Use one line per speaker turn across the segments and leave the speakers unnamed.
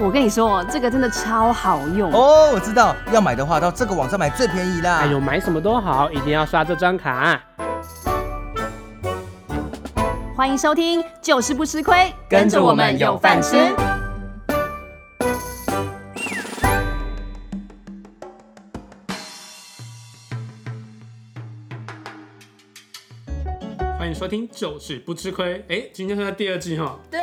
我跟你说，这个真的超好用。
哦，我知道，要买的话到这个网站买最便宜啦。
啊
哎呦，买什么都好，一定要刷这张卡。
欢迎收听，就是不吃亏，
跟着我们有饭吃。
欢迎收听，就是不吃亏。哎，今天是第二季哈，
对，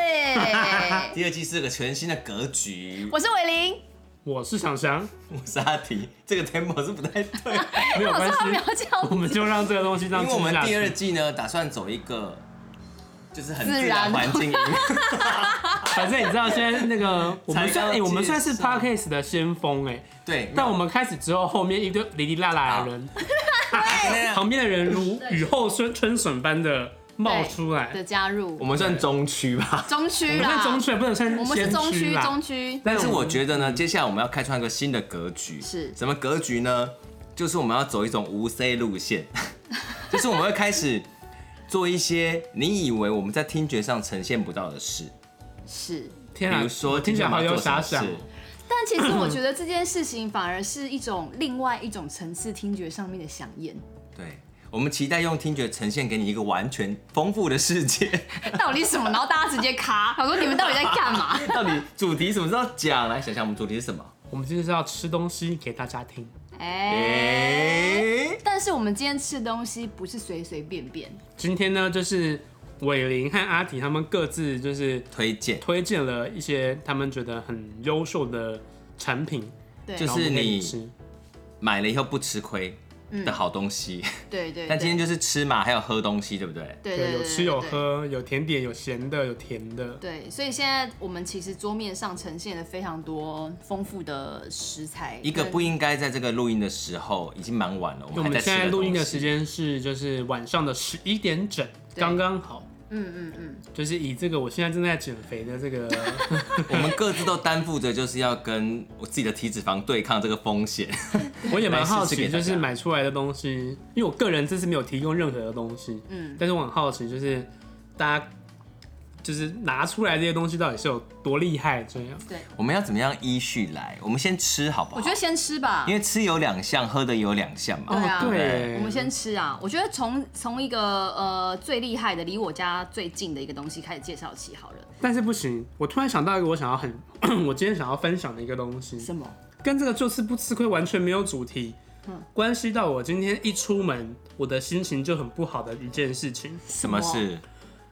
第二季是个全新的格局。
我是伟玲，
我是想想，
我是阿提，这个 tempo 是不太对，
没有
我
关
说他们要
系，
这样
我们就 让这个东西这样
因为我
吃
们
下
第二
去。
季呢，打算走一个就是很
自
自
然
然环 境音乐。
反正你知道，现在那 个我们算
才刚
哎，我们算是
介绍
podcast 的先锋哎，
对，
但我们开始之后，后面一堆哩哩啦啦的
哦
人， 旁边的人如雨后春春笋般的冒出
的
来。
加入
我们算中区吧。
中
我
区
们
啦，
算中区，不能算
我们是
先
中区，
啦。
中区
但
但是
我
我觉得呢，接下来我们要开创一个新的格局。
是
什么格局呢？就是我们要走一种无 C 路线， 就是我们会开始做一些你以为我们在听觉上呈现不到的事，
是。
天
比
啊，
如说
听起来好有遐
今天我们要做什
想哦
么事。
但其实我觉得这件事情反而是一种另外一种层次听觉上面的响应，
对，我们期待用听觉呈现给你一个完全丰富的 世界。
到底是什么？然后大家直接卡，我说你们到底在干嘛？
到底主题什么时候讲？来想想我们主题是什么？
我们今天是要吃东西给大家听，哎
哎、
诶、
但是我们今天吃东西不是随随便便，
今天呢就是伟林和阿迪他们各自就是
推荐
推荐了一些他们觉得很优秀的产品，
对，
就是
然后我们可以
你
吃。
买了以后不吃亏的好东西。
对对对。
但今天就是吃嘛，还有喝东西，对不对？
对对
嗯
对
对，有吃有。
对对
喝，有甜点，有咸的，有甜的。
对，所以现在我们其实桌面上呈现了非常多丰富的食材，
一个
跟
不应该在这个录音的时候，已经蛮晚了，我
我
们还
们
在吃
现在录音的
东
时
西。
间是就是晚上的十一点整，
对
刚刚好。
嗯嗯嗯，
就是以这个我现在正在减肥的这个
我们各自都担负着就是要跟我自己的体脂肪对抗这个风险。
我也蛮好
来试吃
奇，
给大
就
家
啊
是买出来的东西，因为我个人这次没有提供任何的东西，
嗯，
但是我很好奇，就是大家就是拿出来这些东西到底是有多厉害，这样
对，
我们要怎么样依序来？我们先吃好不好？
我觉得先吃吧
因，为吃有两项，喝的有两项嘛。
对啊
哦对，
我们先吃啊。我觉得从从一个呃最厉害的，离我家最近的一个东西开始介绍起好了。
但是不行，我突然想到一个我想要很，我今天想要分享的一个东西，
什么？
跟这个就是不吃亏完全没有主题，
嗯
关系到我今天一出门我的心情就很不好的一件事情。
什么事？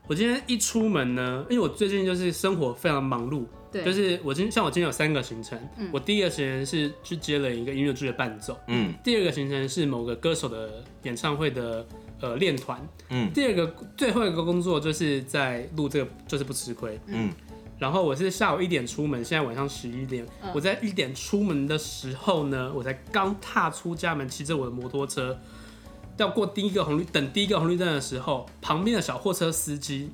我今天一出门呢，因为我最近就是生活非常忙碌，
对
就是我今像我今天有三个行程，我第一个行程是去接了一个音乐剧的伴奏，
嗯
第二个行程是某个歌手的演唱会的呃练团，
嗯
第二个最后一个工作就是在录这个就是不吃亏，
嗯，
然后我是下午一点出门，现在晚上十一点。我在一点出门的时候呢，我才刚踏出家门，骑着我的摩托车，要过第一个红绿等第一个红绿灯的时候，旁边的小货车司机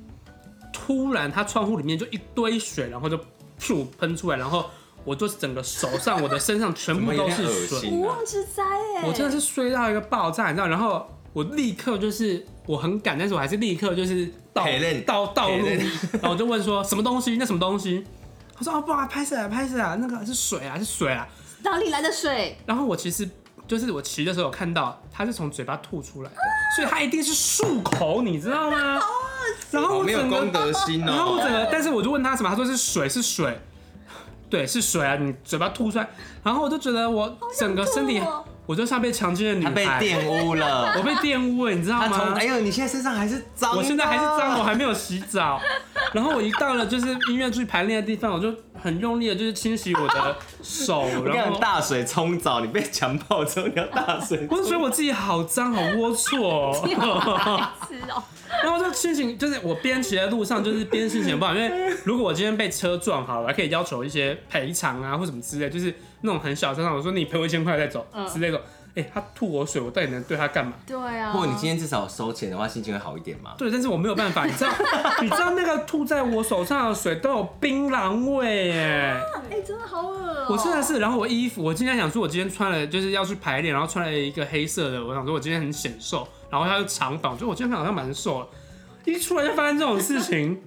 突然他窗户里面就一堆水，然后就噗喷出来，然后我就整个手上、我的身上全
怎
部
么有
都
点
是
恶
水。
心啊？
之灾哎
我真的是衰到一个爆炸，你知道？然后我立刻就是我很赶，但是我还是立刻就是到
铁链
到道路
铁链，
然后我就问说什么东西？那什么东西？他说哦，不好意思，拍死啊，拍死啊，那个是水啊，是水啊。
哪里来的 水？
然后我其实就是我骑的时候有看到，它是从嘴巴吐出来的，所以它一定是漱口，你知道吗？然后
好
我
哦没有
整个
公德心
然后
哦
我。整个，但是我就问他什么，他说是水，是水，对，是水啊，你嘴巴吐出来。然后我就觉得我整个身体
想吐哦，
我就像被强奸的女
他
孩，
被玷污了，
我被玷污了，你知道
他从
吗
哎？呦，你现在身上还是脏的，哦啊
我现在还是脏，哦我还没有洗澡。然后我一到了就是音乐剧排练的地方，我就很用力的，就是清洗我的手，
我跟
然
你
后
讲，。大水冲澡，你被强暴之后你要大水
我就觉得我自己好脏，好龌龊、 哦。
吃哦，
然后就心情就是我边骑在路上，就是边心情不好，因为如果我今天被车撞好了，我还可以要求一些赔偿啊或什么之类，就是那种很小的车上，我说你赔我一千块再走
嗯
之类的。哎、他吐我水，我到底能对他干嘛？
对啊。
如果你今天至少收钱的话，心情会好一点吗？
对，但是我没有办法，你知道，你知道那个吐在我手上的水都有槟榔味耶，
哎、真的好恶哦、
我真的是，然后我衣服，我今天想说，我今天穿了就是要去排练，然后穿了一个黑色的，我想说我今天很显瘦，然后它是长版，我觉得我今天好像蛮瘦了，一出来就发生这种事情，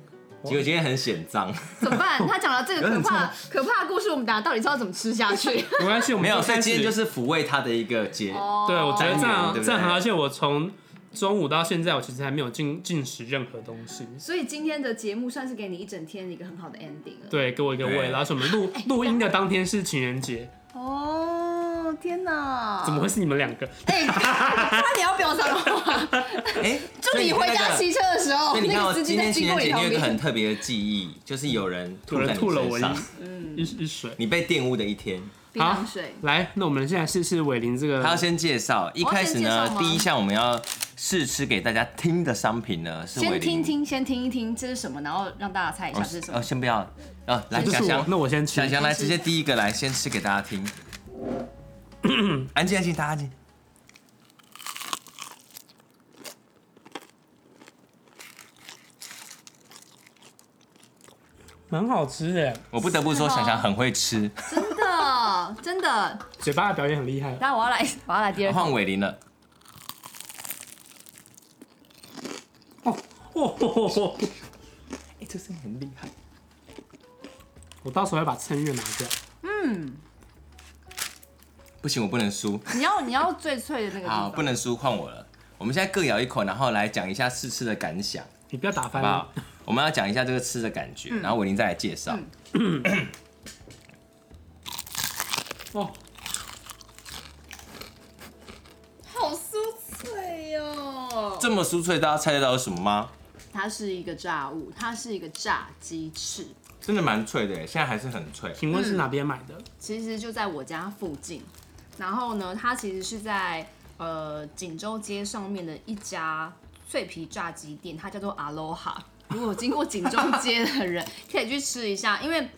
结果今天很显脏，
怎么办？他讲了这个可怕可怕的故事，我们大家到底知道怎么吃下 去？
没关系，我们
没有，所以
三
今天就是抚慰他的一个结。
哦
对，我觉得这样
单元对不对
这样很好，而且我从中午到现在，我其实还没有进进食任何东西。
所以今天的节目算是给你一整天一个很好的 ending 了。
对，给我一个慰
对
劳。而且我们录录音的当天是情人节，
哦，天哪！
怎么会？是你们两个？
哎，那你要表达的话，
哎，
就你回家
洗。
骑车的时候，
所以你
那
看，
个
我
司
今
机
天
在
情
经
人
过你
节你有
旁
一个很
边，
特别的记忆，就是有人
有
吐在
人
你
吐了我
身
一
上，
一一水。
你被玷污的一天。
槟榔水。
来，那我们现在试试伟林这个
他要先介绍，一
我要
开始
哦先介绍
呢
吗，
第一项我们要试吃给大家听的商品呢是
先
维
听
林。
听，先听一听这是什么，然后让大家猜一下
哦
这是什
哦，
么。
先不要，哦，来
这是
香
我，
香，
那我先吃
香。香来，
先吃
直接第一个来，先吃给大家听。安静，安静，大家安静。
蛮好吃的，
我不得不说，
是吗
香香很会吃。
真的，啊真的，
嘴巴的表演很厉害。
那我要来，我要来第二口。
换伟林了，
哦，
哎，这声音很厉害。
我到时候要把趁月拿掉。
不行，我不能输。
你要你要最脆的那个地
好，
方，
不能输，换我了。我们现在各咬一口，然后来讲一下试吃的感想。
你不要打
好
翻
不
了
好。？我们要讲一下这个吃的感
嗯
觉，然后我已经再来介绍。
哦，
好酥脆哦。
这么酥脆，大家猜得到是什么吗？
它是一个炸物，它是一个炸鸡翅，
真的蛮脆的耶，现在还是很脆。
请问是哪边买的？
其实就在我家附近。然后呢，它其实是在呃锦州街上面的一家脆皮炸鸡店，它叫做 Aloha。如果经过锦州街的人，可以去吃一下，因为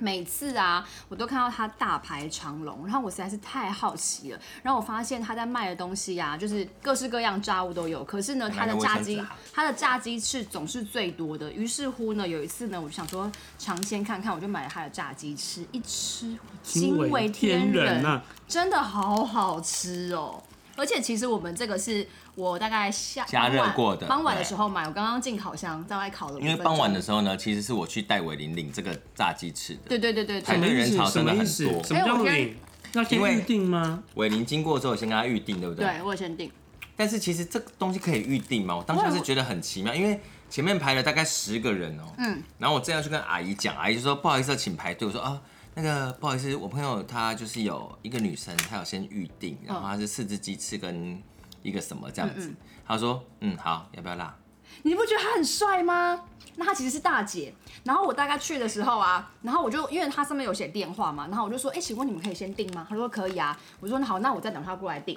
每次啊，我都看到他大排长龙，然后我实在是太好奇了。然后我发现他在卖的东西呀、就是各式各样炸物都有，可是呢，他的炸
很难用卫生纸
鸡
啊，
他的炸鸡翅总是最多的。于是乎呢，有一次呢，我就想说尝鲜看看，我就买了他的炸鸡翅，一吃惊
惊
为
为
天
天
人
人啊
真的好好吃哦。而且其实我们这个是我大概下
加热
傍晚
过的
傍晚的
对
时候买，我刚刚进烤箱，大概烤了五
因为
分
傍晚
钟
的时候呢，其实是我去戴伟林领这个炸鸡翅的。
对对对对对，
排队人潮
什
真的
么
很
意
多
思？什么
哎
叫
我先
领？要先
因为
预定吗？
伟林经过之后，先跟他预定，对不对？
对我也先定。
但是其实这个东西可以预定吗？我当下是觉得很奇妙，因为前面排了大概十个人哦、嗯，然后我这样去跟阿姨讲，阿姨就说不好意思，请排队。我说啊，那个不好意思，我朋友她就是有一个女生，她有先预定，然后她是四只鸡翅跟一个什么这样子。她说嗯好，要不要辣？
你不觉得他很帅吗？那他其实是大姐。然后我大概去的时候啊，然后我就因为他上面有写电话嘛，然后我就说，哎、请问你们可以先订吗？他说可以啊。我说那好，那我再等他过来订。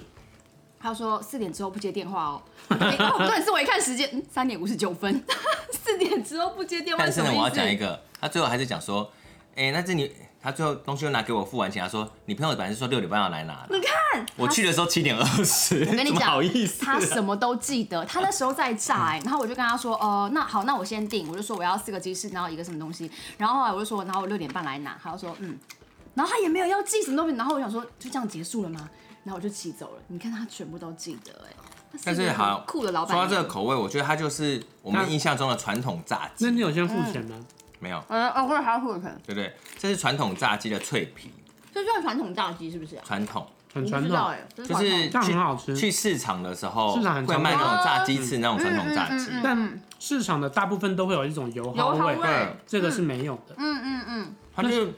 他说四点之后不接电话哦。我就一然后重点是我一看时间，嗯，三点五十九分， 四点之后不接电话
但
什么
是呢，
意思？
我要讲一个，她最后还是讲说，哎、那这你她最后东西又拿给我付完钱，她说你朋友本来是说六点半要来拿的，
你看，
我去的时候七点二 十，
我跟你
怎么
讲，
好意思、
他什么都记得，他那时候在炸、欸，然后我就跟他说，哦、那好，那我先订，我就说我要四个鸡翅，然后一个什么东西，然后后来我就说，然后我六点半来拿，他就说，嗯，然后他也没有要记什么东西，然后我想说，就这样结束了吗？然后我就骑走了。你看他全部都记得、欸，哎，
但是好像
酷的老板
说
娘。
到这个口味，我觉得它就是我们印象中的传统炸鸡
那，你有先付钱吗？
没有，
呃，哦，或者还有火腿，
对不对？这是传统炸鸡的脆皮，
这算传统炸鸡是不是啊？
传统
我
很
不
传
知道
统
哎、。欸，这
就
传
是
统
这样
去
很好吃
去市场的时候
市场很常嗯
会卖那
卖
种炸鸡翅，那种传统炸鸡，
但市场的大部分都会有一种油
嗯油
蒿
蒿
味，
味
对
这个是没有的。
嗯嗯嗯，
它就是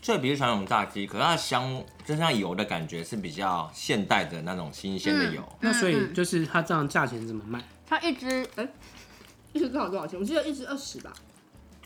脆皮是传统炸鸡，可是它香就像油的感觉是比较现代的那种新鲜的油。
那所
嗯
以就是它这样价钱怎么卖？
他一只哎、一只多少多少钱？我记得一只二十吧。
嗯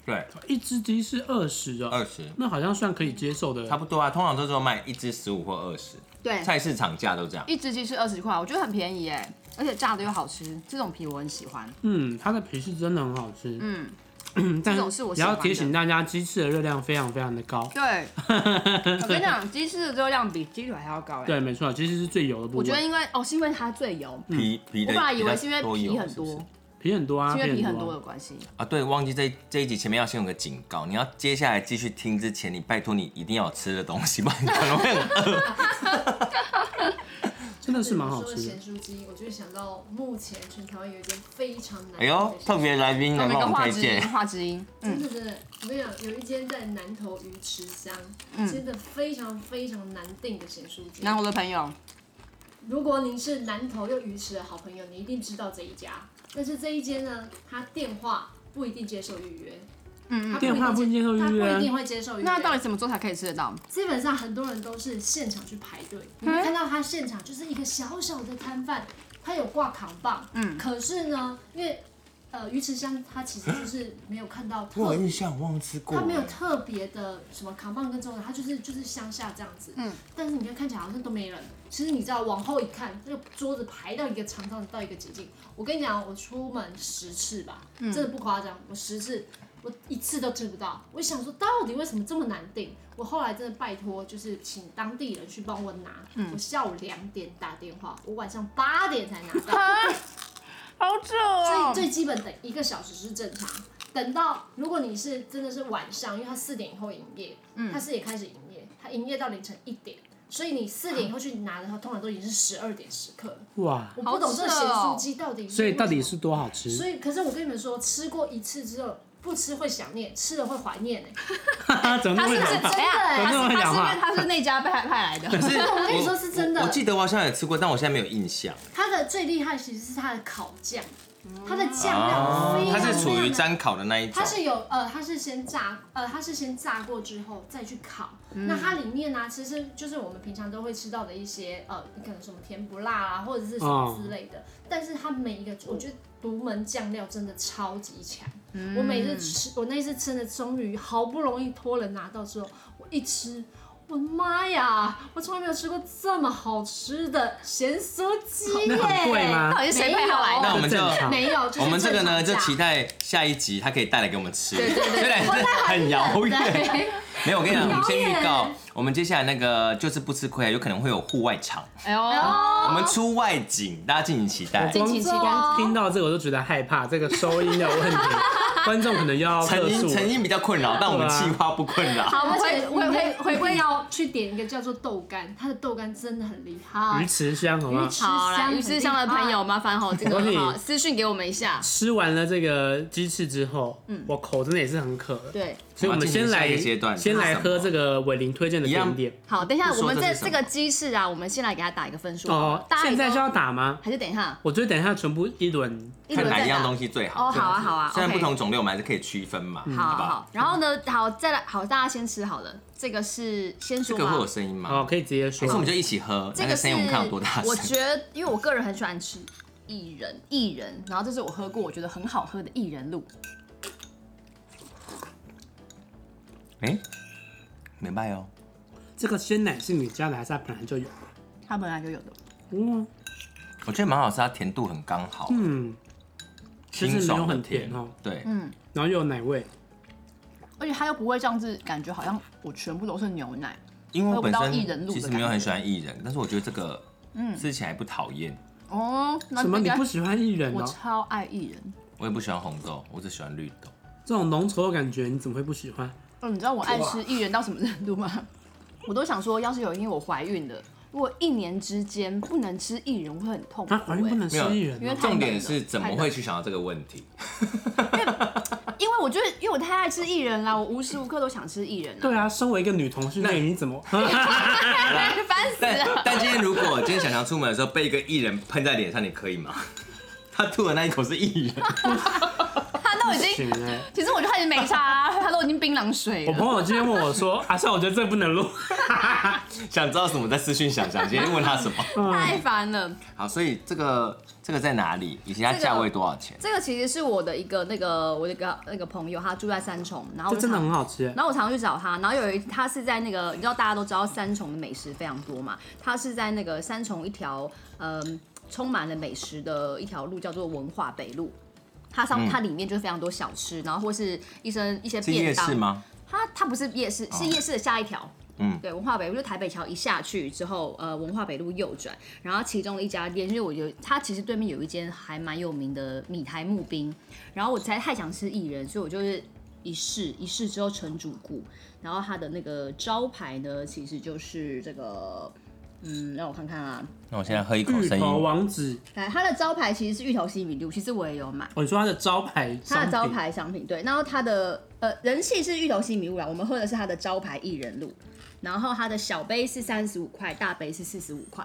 对，
哦一只鸡是二十哦，
二十
那好像算可以接受的。
差不多啊，通常都是卖一只十五或二十，
哎
对，
菜市场价都这样。
一只鸡翅二十块，我觉得很便宜哎，而且炸的又好吃，这种皮我很喜欢。
嗯，它的皮是真的很好吃。
嗯
嗯，但
这种是我喜
也
欢的
要提醒大家，鸡翅的热量非常非常的高。
对，我跟你讲，鸡翅的热量比鸡腿还要高哎。
对，没错，其实是最油的部
我
位。
觉得应该哦，是因为它最油，
皮皮
我
的
本来以为
比较
是因为
多油
皮很
是不
多，
是
皮很多啊，
是因为皮很
啊
多的关系。
啊，对，忘记这这一集前面要先有个警告，你要接下来继续听之前，你拜托你一定要有吃的东西，不然你可能会很饿。
真的是蛮好吃
你
的
说。咸酥鸡，我就想到目前全台湾有一间非常难。
哎呦，特别来宾
那
来
哦个
帮我们
画
推
质音，
荐，
画质音，嗯
真，的真的，我跟你讲，有一间在南投鱼池乡，真的非常非常难订的咸酥鸡。
南湖的朋友，
如果您是南投又鱼池的好朋友，你一定知道这一家。但是这一间呢，它电话不一定接受预约。嗯嗯，
电话不一定接受预约
它不一定会接受预约。
那到底怎么做才可以吃得到？
基本上很多人都是现场去排队，你会看到他现场就是一个小小的摊贩，他有挂扛棒，嗯，可是呢，因为呃鱼池乡它其实就是没有看到特
我有印象，我忘了吃过。
它没有特别的什么扛棒跟中的，它就是就是乡下这样子。嗯，但是你看看起来好像都没人，其实你知道往后一看，那个桌子排到一个长长到一个极尽。我跟你讲，我出门十次吧，真的不夸张，我十次我一次都吃不到。我想说，到底为什么这么难订？我后来真的拜托，就是请当地人去帮我拿。我下午两点打电话，我晚上八点才拿到。
好久哦
最 最基本等一个小时是正常。等到如果你是真的是晚上，因为它四点以后营业，
嗯
它四点开始营业，它营业到凌晨一点，所以你四点以后去拿的话，通常都已经是十二点时刻了。
哇，
我不懂这
好
个咸
扯哦
酥鸡到底，
所以到底，是多好吃？
所以可是我跟你们说，吃过一次之后。不吃会想念，吃了会怀念、欸、
怎么那
他
么
是不是真
想
的？欸
法？
他
怎么那么
是
讲
他
话
是他是那家派派来的，
是
我跟你说是真的
我我记得我好像也吃过，但我现在没有印象。
它的最厉害其实是它的烤酱，它
啊
的酱料非常非常
它是属于
难
沾烤的那一种
它。是有呃，它是先炸呃，它是先炸过之后再去烤。
嗯
那它里面呢、啊其实就是我们平常都会吃到的一些呃，可能什么甜不辣啊，或者是什么之类的。
哦
但是它每一个，我觉得独门酱料真的超级强。
嗯
我每次吃，我那次真的终于好不容易托人拿到之后，我一吃。我的妈呀！我从来没有吃过这么好吃的咸酥鸡耶！
那很贵吗
到底是谁派他来的？
那我们就
正常
没有，就是
我们这个呢，
正
就
常价
期待下一集他可以带来给我们吃，
对对对
虽然是很遥远。
对
没有，我跟你讲，我们先
遥
预
远
告，我们接下来那个就是不吃亏，有可能会有户外场，
哎呦，
我们出外景，大家敬请期
我
待。
敬
光
请期待
光听到这个我都觉得害怕，这个收音的 问题，观众可能又要客
陈
诉
英，陈
了。
英比较困扰，但我们
对啊
计划不困扰。
好，而
回
且
回回回归
要去点一个叫做豆干，它的豆干真的很厉害
鱼。池香，好不好
鱼？池
好啦，
香
鱼市乡的朋友，麻烦吼，这个
我告诉你
好私讯给我们一下。
吃完了这个鸡翅之后，我口真的也是很渴了，
嗯对，
所以我们先
我们要进行下
来
一个阶段
先来
是什么
喝这个伟林推荐的
一样
甜点
好，等一下
不说
我们
这
这
是什
这
么
个鸡翅啊，我们先来给它打一个分数好
哦
了。大。家
现在
有
就要打吗？
还是等一下？
我觉得等一下全部一轮
一
看
轮
哪
再
一样
打
东西最好
哦，，好啊，好啊，
虽然
OK
不同种类，我们还是可以区分嘛，
好
好不
好
好？
好，然后呢，好，再来，好，大家先吃好了。这个是先
这
说
个会有
吧，
声音吗？
哦，可以直接说
还啊是我。们就一起喝？
这
那
个
个
是
声音我们看有多大
我
声？
觉得，因为我个人很喜欢吃薏仁，薏仁，然后这是我喝过我觉得很好喝的薏仁露，
哎，明白哦。
这个鲜奶是你加的还是它本来就有？
它本来就有的。
嗯
我觉得蛮好吃，它甜度很刚好，
嗯，就是
清
没有
爽的
很甜哦，
对，
然后又有奶味，
而且它又不会这样子，感觉好像我全部都是牛奶。
因为我本
喝不到薏仁
身
露的
其
感觉嗯
实没有很喜欢薏仁，但是我觉得这个吃起来不讨厌。
哦，那
什么
应
你
该
不喜欢薏仁
我
哦？
超爱薏仁。
我也不喜欢红豆，我只喜欢绿豆。
这种浓稠的感觉，你怎么会不喜欢？
哦，你知道我爱吃薏仁到什么程度吗？ 我都想说，要是有一天我怀孕了，如果一年之间不能吃薏仁，我会很痛苦、
啊，怀孕不能吃
没有
薏仁
因为
哦，
太
重点
冷了
是怎么
太
会
冷
去想到这个问 题？
欸因为我觉得，因为我太爱吃薏仁啦，我无时无刻都想吃薏仁啊，
对啊，身为一个女同事， 那你怎么？
啊 烦死
但
了。
但今天如果今天小强出门的时候被一个薏仁喷在脸上，你可以吗？他吐的那一口是薏仁，
他都已经，
行哎。
其实我觉得他已经没差啊、他都已经槟榔水
我
了。
朋友今天问我说：“阿笑，我觉得这不能录。
想知道什么在私讯想想，今天问他什么？
嗯
太烦了，
好，所以这个这个在哪里，以及它价位多少钱？
这个其实是我的一个那个我的一个那个朋友，他住在三重，然”后
这
我
真的
常
很好吃，
然后我常常去找他，然后有一他是在那个，你知道大家都知道三重的美食非常多嘛，他是在那个三重一条嗯、充满了美食的一条路叫做文化北路，它
嗯
上、它里面就是非常多小吃，然后或是一些一些
是
便
夜
当
市吗？
它它不是夜市，是夜市的下一条。
嗯
对，文化北路就台北桥一下去之后，呃，文化北路右转，然后其中的一家店，因为我有它其实对面有一间还蛮有名的米台木冰，然后我才太想吃薏仁，所以我就是一试一试之后成主顾，然后它的那个招牌呢，其实就是这个嗯，让我看看啊，
那我现在喝一口
芋
声
头啊
音，
王子，
来，它的招牌其实是芋头西米露，其实我也有买。
哦，你说它的招牌商品，
它的招牌商品对，然后它的呃人气是芋头西米露啦，我们喝的是它的招牌薏仁露，然后它的小杯是三十五块，大杯是四十五块。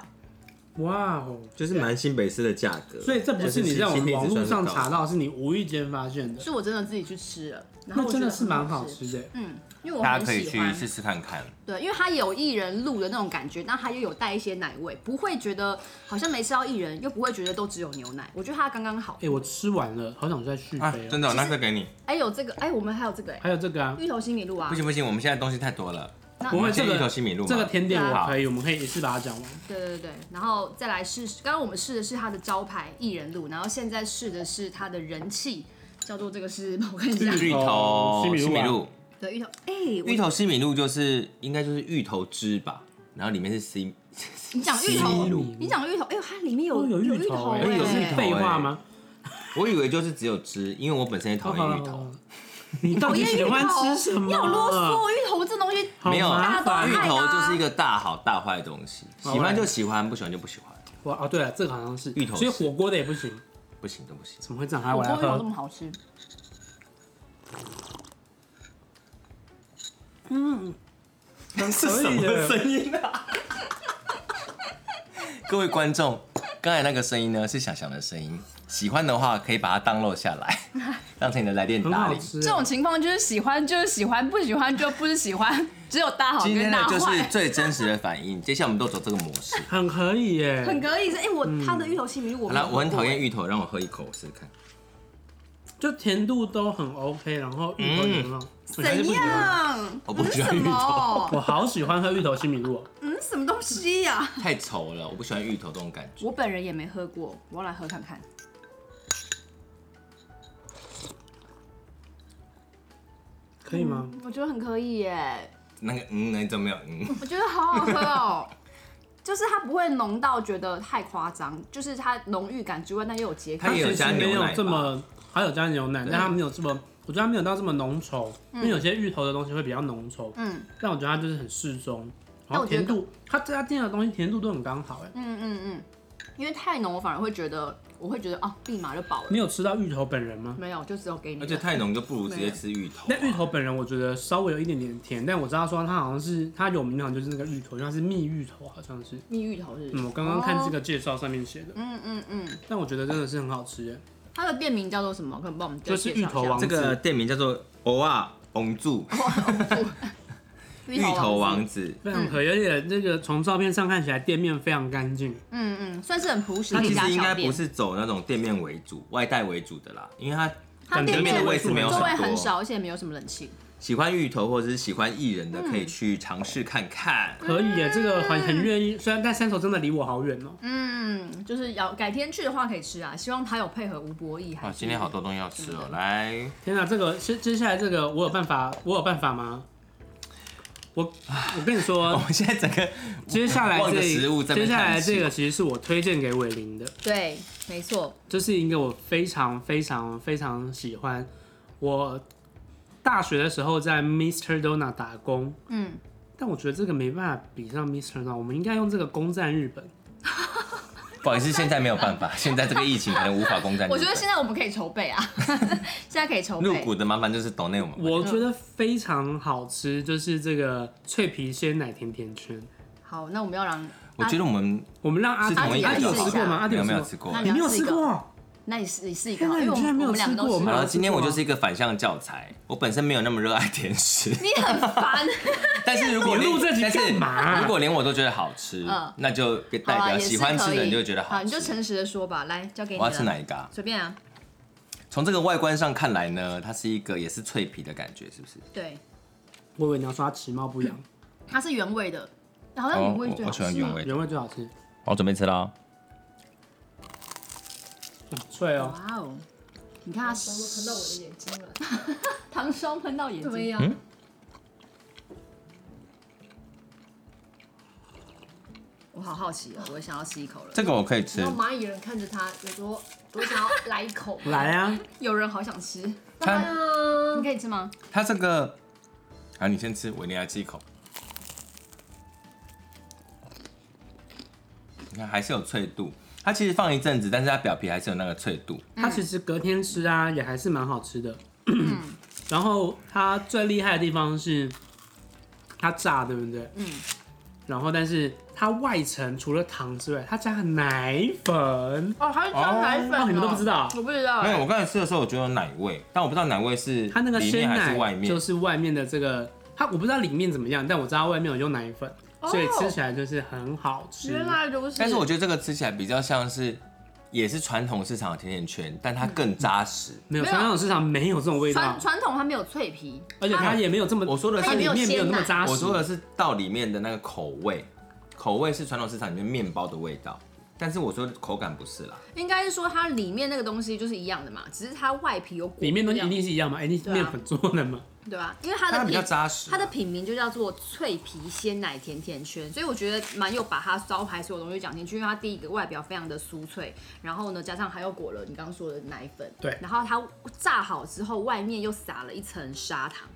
哇哦！
就是蛮新北市的价格，
所以这不是你在我们网络上查到，是你无意间发现的，
是我真的自己去吃了，然后
那
我
真的是
觉得
蛮
很
好
好
吃。的。
嗯，因为我
大
很
家可以
喜
去
欢。
试试看看。
对，因为它有薏仁露的那种感觉，但它又有带一些奶味，不会觉得好像没吃到薏仁，又不会觉得都只有牛奶。我觉得它刚刚好
哎、。我吃完了，好想再续
啊，
杯、哦。
真的哦，那这给你。
哎、有这个，哎、我们还有这个、哎，
还有这个啊，
芋头西米露啊
不。行不行，我们现在东西太多了。
那
不会
我们
这
先
个
芋头西米露嘛
这个甜点我
好
可以，我们可以一次把它讲完。
对对对，然后再来试，刚刚我们试的是它的招牌薏仁露，然后现在试的是它的人气，叫做这个是，我看一下，
芋头
西米露啊
西米露，
对芋头，哎、我
芋头西米露就是应该就是芋头汁吧，然后里面是西，
你讲芋
西
头
米露，
你讲芋头，哎呦，它里面有、
哦有芋
芋
头
哎、
哎
有芋头欸
废话吗？
我以为就是只有汁，因为我本身也讨哦厌
好
芋头
了。。你到底喜欢吃什么？
你好啰嗦，芋头这东西
好
没有
麻
大家
烦
芋
都爱
头
啊
就是一个大好大坏的东西，
好
喜欢就喜欢，不喜欢就不喜欢，
哇哦，对了，这个好像是
芋头
所以
是
火锅的也不行，
不行都不行。
怎么会这样？还
火
我
锅
来
芋头这
喝，
么好吃，
可以
是
的
音啊？ 各位观众，刚才那个声音呢是想想的声音，喜欢的话可以把它 download 下来，当成你的来电
很
打
好
铃。
吃。欸
这种情况就是喜欢就是喜欢，不喜欢就不是喜欢，只有大好
今天
跟
呢
大
就是
坏。
最真实的反应，接下来我们都走这个模式。
很可以耶，
很可以是，哎、我它的芋头西米露我
好
没有
了，我很
喝过
讨厌芋头，让我喝一口我试试看。
就甜度都很 OK，然后芋头
嗯
也很好。我还是不
怎
喜欢？
样？
我不喜欢
嗯什
芋头，
么？
我好喜欢喝芋头西米露哦，
嗯，什么东西呀、
太稠了，我不喜欢芋头这种感觉。
我本人也没喝过，我要来喝看看。
可以吗？
我觉得很可以耶，
那个嗯，那你怎么没有嗯？
我觉得好好喝哦。 就是它不会浓到觉得太夸张，就是它浓郁感之外，但又有结构
它。也有
其
加
实没
牛
有
奶
这
吧
么，还有加牛奶，但它没有这么，我觉得它没有到这么浓稠，因为有些芋头的东西会比较浓稠，
嗯
但我觉得它就是很适中，然
但
后
我觉得
甜度，它这家店的东西甜度都很刚好，哎，
嗯嗯嗯，因为太浓，我反而会觉得，我会觉得哦，立马就饱了。
你有吃到芋头本人吗？
没有，就只有给你了。
而且太浓就不如直接吃芋头啊。
那芋头本人我觉得稍微有一点点甜，但我知道说它好像是它有名好像就是那个芋头，因为它是蜜芋头好像是。
蜜芋头是不是
嗯，我刚刚看这个介绍上面写的，
嗯嗯嗯，
但我觉得真的是很好吃哎。
它的店名叫做什么？可以帮我们再
就是
介绍
芋头
一下
王
这个店名叫 做偶啊翁住
芋
芋头
王
王
子。
子，
非常可以，而且那个从照片上看起来店面非常干净，
嗯嗯，算是很朴实
它
的
其
一家
实应
小
该不
店。
是走那种店面为主、外带为主的啦，因为它
它店
感觉面的
位
位置没有
座
很
位
多
很少，而且也没有什么冷气。
喜欢芋头或者是喜欢艺人的可以去尝试看看。
可以耶，这个很很愿意。虽然但三手真的离我好远哦、
嗯，就是要改天去的话可以吃啊。希望他有配合吴博义。还
哇，
是
啊今天好多东西要吃哦，来，
天哪、这个接接下来这个我有办法，我有办法吗？我我跟你
哦我
说，
们现在整个
接下来
望着
这
食物在那
接
边
下来
叹息
这个其实是我推荐给伟林的，
对，没错，
这是一个我非常非常非常喜欢。我大学的时候在 Mr. Donut 打工，
嗯，
但我觉得这个没办法比上 Mr. Donut，我们应该用这个攻占日本。
不好意思，现在没有办法， 现在这个疫情可能无法攻占日本。
我觉得现在我们可以筹备啊， 现在可以筹
哎入
备
股。的麻烦就是懂内我们。
我觉得非常好吃，就是这个脆皮鲜奶甜甜圈。
好，那我们要让，
我觉得我们
我们让阿
是同一
阿
个
弟有吃过吗？阿弟
没有没有
有
吃过
那。
你没有吃
你要
过？
那你试你试一个
天
好
哪
了，因为我
你居然
们
没
我们两
有
个
吃过
都吃过
我没有
然后今天我就是一个反向教材，我本身没有那么热爱甜食，
你很烦。
但是如果
你
连
录这集
但是
干嘛
如果连我都觉得好吃
啊嗯，
那就
好
代
啊，
表
也是
喜欢吃
可
的人
以
就会觉得
好，
好
你就
吃。
诚实的说吧。来，交给你。
我要吃哪？一个啊？
随便啊。
从这个外观上看来呢，它是一个也是脆皮的感觉，是不是？
对，
我以为你要说它其貌不扬，
它是原味的，好
哦
像原味最好吃。
味
原味最好吃，
我准备吃了。哦
嗯脆哦。，
哇哦，你看它
怎么喷到我的眼睛 了？
糖霜喷到眼睛。
对呀、
我好好奇哦，我也想要吃一口了。
这个我可以吃
然后蚂蚁人看着他有多多想要来一口
来啊，
有人好想吃，你
它
嗯，
可以吃吗？
它这个，啊，你先吃，我一定来吃一口。你看还是有脆度。它其实放一阵子，但是它表皮还是有那个脆度。
它其实隔天吃啊，也还是蛮好吃的。
嗯
然后它最厉害的地方是它炸，对不对？嗯。然后，但是它外层除了糖之外，它加了奶粉。
哦，还有加奶粉、
哦，你们都不知
道，
道，
我不知道
没
哎、
有，我刚才吃的时候我觉得有奶味，但我不知道奶味是
它那个
里
鲜
面还是外
奶
面。
就是外面的这个，它我不知道里面怎么样，但我知道它外面有用奶粉，
哦
所以吃起来就是很好吃。
原来如此。
但是我觉得这个吃起来比较像是，也是传统市场的甜甜圈，但它更扎实。
没有
没有
传统市场没有这种味道
传，传统它没有脆皮，
而且它也没有这么，
我说的是
它里面没有那么扎实。
我说的是到里面的那个口味，口味是传统市场里面面包的味道，但是我说口感不是啦。
应该是说它里面那个东西就是一样的嘛，只是它外皮有裹
里面东西
料
一定是一样嘛？哎、你
啊
面粉做的嘛？
对吧？因为它
它
的
比
品
较扎
啊
实啊
它的品名就叫做脆皮鲜奶甜甜圈，所以我觉得蛮有把它招牌所有东西讲进去，因为它第一个外表非常的酥脆，然后呢加上还有裹了你刚刚说的奶粉，
对
然后它炸好之后外面又撒了一层砂糖，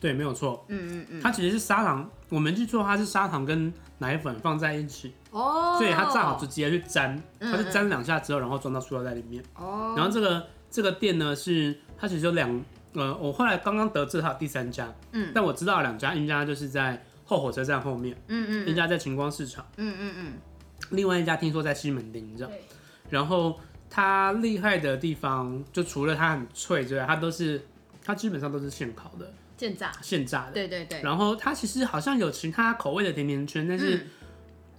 对，没有错。嗯嗯嗯，它其实是砂糖，我们去做它是砂糖跟奶粉放在一起，
哦，
所以它炸好就直接去粘，它是粘两下之后，然后装到塑料袋里面。
哦，
然后这个这个店呢是它其实有两呃，我后来刚刚得知它有第三家，嗯，但我知道两家，一家就是在后火车站后面，嗯嗯，一家在晴光市场，嗯嗯嗯，另外一家听说在西门町，你知道。
对，
然后它厉害的地方，就除了它很脆之外，它都是它基本上都是现烤的、
现炸，
现炸的。
对对对，
然后它其实好像有其他口味的甜甜圈，但
嗯
是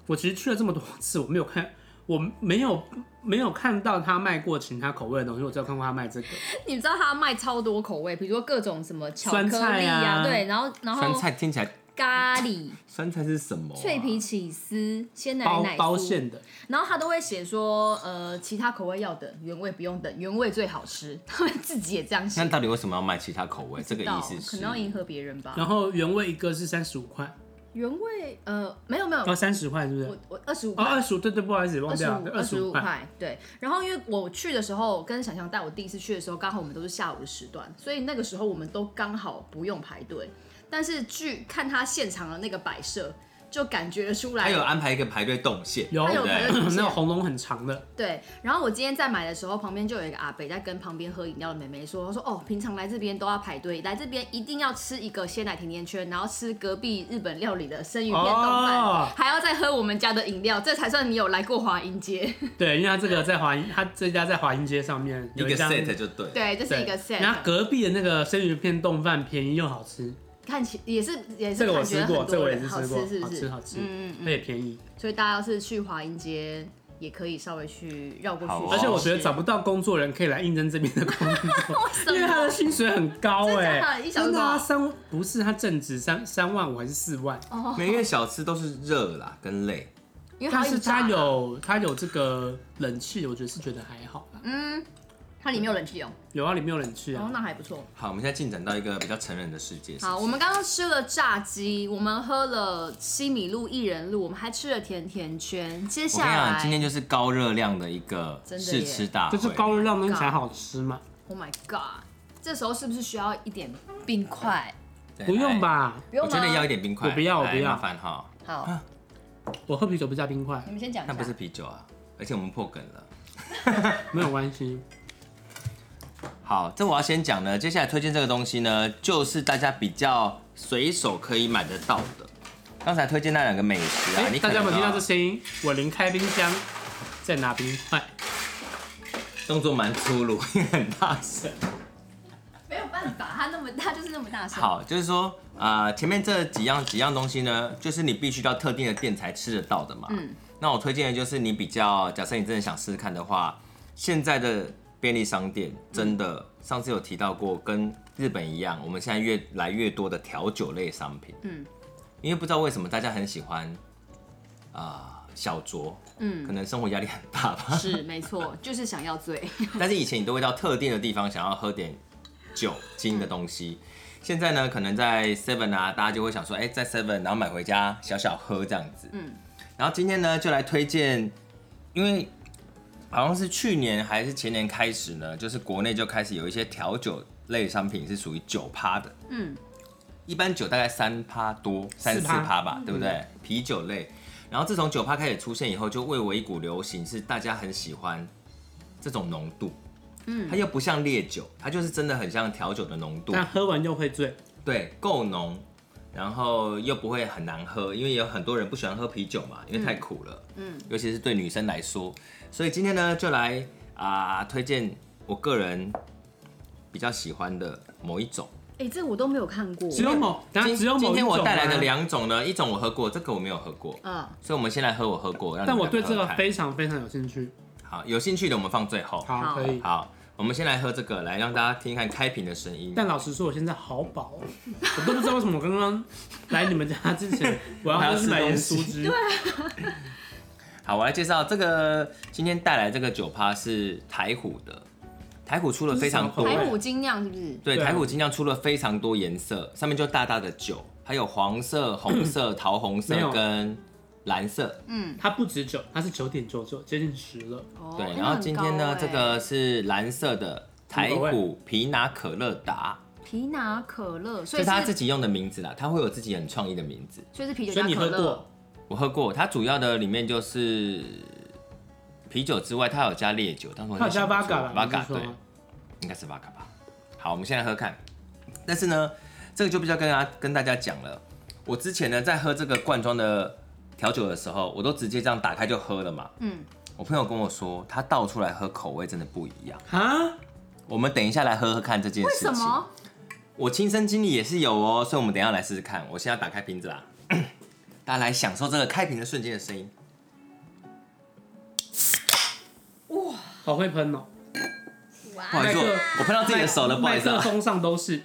我其实去了这么多次，我没有看，我没有没有看到他卖过其他口味的东西，我只有看过他卖这个。
你知道它卖超多口味，比如说各种什么巧
酸
克力
菜啊
对，然后然
酸
后
菜听起来，
咖喱、
酸菜是什么啊、
脆皮起司、鲜奶
包
奶酥
包馅的，
然后他都会写说，呃，其他口味要等，原味不用等，原味最好吃。他们自己也这样写
那，到底为什么要卖其他口味？这个意思
可
是
能要迎合别人吧。
然后原味一个是三十五块，
原味，呃，没有没有，
哦三十块是不是
我？我二十五
哦
块。
二十五，哦对对，不好意思忘
二十
掉
五
了，
二十
五
五。块，对。然后因为我去的时候跟想象带，我第一次去的时候，刚好我们都是下午的时段，所以那个时候我们都刚好不用排队。但是据看他现场的那个摆设，就感觉出
他
来
有啊安排一个排队动线，
有
它
对
有
不
排队？
对
动线
那个红龙很长的，
对，然后我今天在买的时候，旁边就有一个阿北在跟旁边喝饮料的妹妹说，她说哦，平常来这边都要排队，来这边一定要吃一个鲜奶甜甜圈，然后吃隔壁日本料理的生鱼片冻饭，
哦
还要再喝我们家的饮料，这才算你有来过华阴街。
对，因为它这个在华阴，它这家在华阴街上面
一
有
个
家
set 就对了。
对，这
对
是一个 set，
然后隔壁的那个生鱼片冻饭便宜又好吃，
看起也是也是
这个我
感觉
吃过，
很
这个
多
我也
人
是
好
吃过，
是嗯
好
不
吃
是？
好吃，而且便宜。
所以大家要是去华阴街，也可以稍微去绕过去
好
吃
哦
吃。
而且我觉得找不到工作人可以来应征这边的 工作，因为他的薪水很高
真假的
哎，
一小时
真的啊，
多少
三不是他正值三三万五还是四万，
每月小吃都是热啦跟累，
因为
但
它
是
一炸
他
啊
有他有这个冷气，我觉得是觉得还好
嗯
啦。
它里面有冷气哦，
有啊，里面有冷气
哦
啊，
那还不错。
好，我们现在进展到一个比较成人的世界。是不是
好，我们刚刚吃了炸鸡，我们喝了西米露、薏仁露，我们还吃了甜甜圈。接
我
下
跟你
来
讲，今天就是高热量的一个
真的耶
试吃大会，
就是高热量东西才好吃嘛，
Oh
o h，Oh my God，这时候是不是需要一点冰块？
对
不用？吧？
不
来
用
我
吗？
觉得要一点冰块，
我不要我
来
不要
麻烦哈，
好，
我喝啤酒不加冰块，
你们先讲一下。
那不是啤酒啊，而且我们破梗了。
没有关系。
好，这我要先讲呢。接下来推荐这个东西呢，就是大家比较随手可以买得到的。刚才推荐那两个美食啊，
哎
你可
大家有没有
能
听到这
啊
声音？我零开冰箱，在拿冰块。
动作蛮粗鲁，也很大声。
没有办法，它那么大就是那么大声。
好，就是说，呃，前面这几样几样东西呢，就是你必须到特定的店才吃得到的嘛。嗯。那我推荐的就是你比较，假设你真的想试试看的话，现在的便利商店真的，上次有提到过，跟日本一样，我们现在越来越多的调酒类商品。嗯。因为不知道为什么大家很喜欢，啊、小酌。嗯。可能生活压力很大吧。
是没错，就是想要 醉。
但是以前你都会到特定的地方想要喝点酒精的东西，现在呢，可能在 Seven 啊，大家就会想说，哎、在 Seven 然后买回家小小喝这样子。嗯，然后今天呢，就来推荐，因为好像是去年还是前年开始呢，就是国内就开始有一些调酒类商品是属于九趴的。嗯，一般酒大概三趴多，三四嗯
4%
趴吧，对不对？啤酒类。然然后自从酒趴开始出现以后，就蔚为一股流行，是大家很喜欢这种浓度。嗯，它又不像烈酒，它就是真的很像调酒的浓度，
但喝完又会醉。
对，够浓，然后又不会很难喝，因为有很多人不喜欢喝啤酒嘛，因为太苦了。嗯，尤其是对女生来说，所以今天呢，就来啊、推荐我个人比较喜欢的某一种。
哎、这我都没有看过。
只有某，但
今
只有某一
今天我
种啊
带来
吗
的，两种呢，一种我喝过，这个我没有喝过，
嗯，
所以我们先来喝我喝过。让你
但
们
我对
喝
这
喝
个
看
非常非常有兴趣。
好，有兴趣的我们放最后。
好，
好
可以。
好，我们先来喝这个，来让大家听看开瓶的声音。
但老实说，我现在好饱哦，我都不知道为什么我刚刚来你们家之前，我要喝是买盐酥汁。
啊
好，我来介绍这个今天带来这个酒趴是台虎的，台虎出了非常
这是什么口
多
味
台虎精酿是不是？
对，
对啊
台虎精酿出了非常多颜色，上面就大大的酒，还有黄色、红色、桃红
没
色
有
跟蓝色。
它不止九，它是九点九九，接近十了。
哦
对，然后今天呢，这个是蓝色的台
什么口
虎皮拿可乐达，
皮拿可乐，所
这
以是
是他自己用的名字啦，他会有自己很创意的名字。
所以是啤酒
所
加
以你
可
喝
乐
哦
过，
我喝过，它主要的里面就是啤酒之外，它有加烈酒，但是我
它有加 v
巴
a g a 了，
巴嘎
你是说
对，应该是 v a g a 吧。好，我们现在喝喝看。但是呢，这个就比较跟大家跟大家讲了，我之前呢在喝这个罐装的调酒的时候，我都直接这样打开就喝了嘛。嗯，我朋友跟我说，他倒出来喝口味真的不一样。
啊，
我们等一下来喝喝看这件
为
事情。
什么？
我亲身经历也是有哦，所以我们等一下来试试看。我现在打开瓶子啦， 大家来享受这个开瓶的瞬间的声音。
好会喷哦，
不好意思，我我碰到自己的手了，不好意思、
麦
啊
克。风上都是。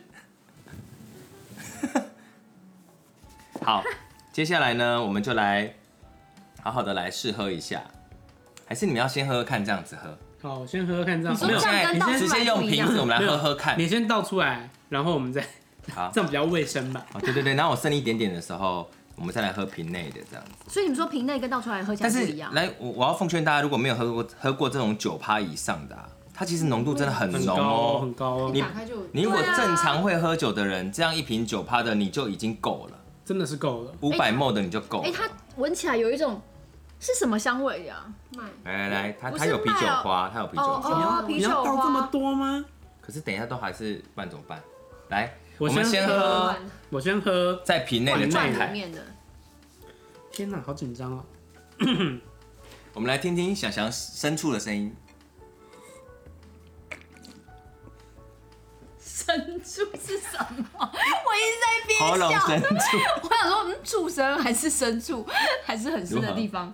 好，接下来呢，我们就来好好的来试喝一下，还是你们要先喝喝看，这样子喝。
好，我先喝喝看这样。
你说
没有，
这
现
样
在
跟
你
倒出来
先直接用
不一
瓶
样
子，我们
没
来
有
喝喝看
你。先倒出来，然后我们再
好
这，样比较卫生吧。
哦对对对，然后我剩一点点的时候，我们再来喝瓶内的这样子。
所以你们说瓶内跟倒出来喝起来
但
不
是
一样，
来，我我要奉劝大家，如果没有喝过喝过这种九趴以上的、啊，它其实浓度真的很
很
浓
高哦，
哦
很。高哦，
一打开就有
你如果
对啊
正常会喝酒的人，这样一瓶九趴的你就已经够了，
真的是够了。
五百 ml 的你就够了。
哎、它闻起来有一种是什么香味呀、
卖
来来来，它
不
它
是
有啤酒
麦哦
花，它有啤酒
哦
花。
哦，啤
你
酒
要倒这么
花，
多吗？
可是等一下都还是不然怎么办？来，我
我
们
先
先
喝
喝
完
我先喝。
在瓶内的状
罐里
态。
面的，
天哪，好紧张哦。
我们来听听小翔深处的声音。
神柱是什么？我一直在憋
哎
喉咙
笑，
深处，
我想说，嗯，畜生还是深处，还是很深
如
的
何
地方。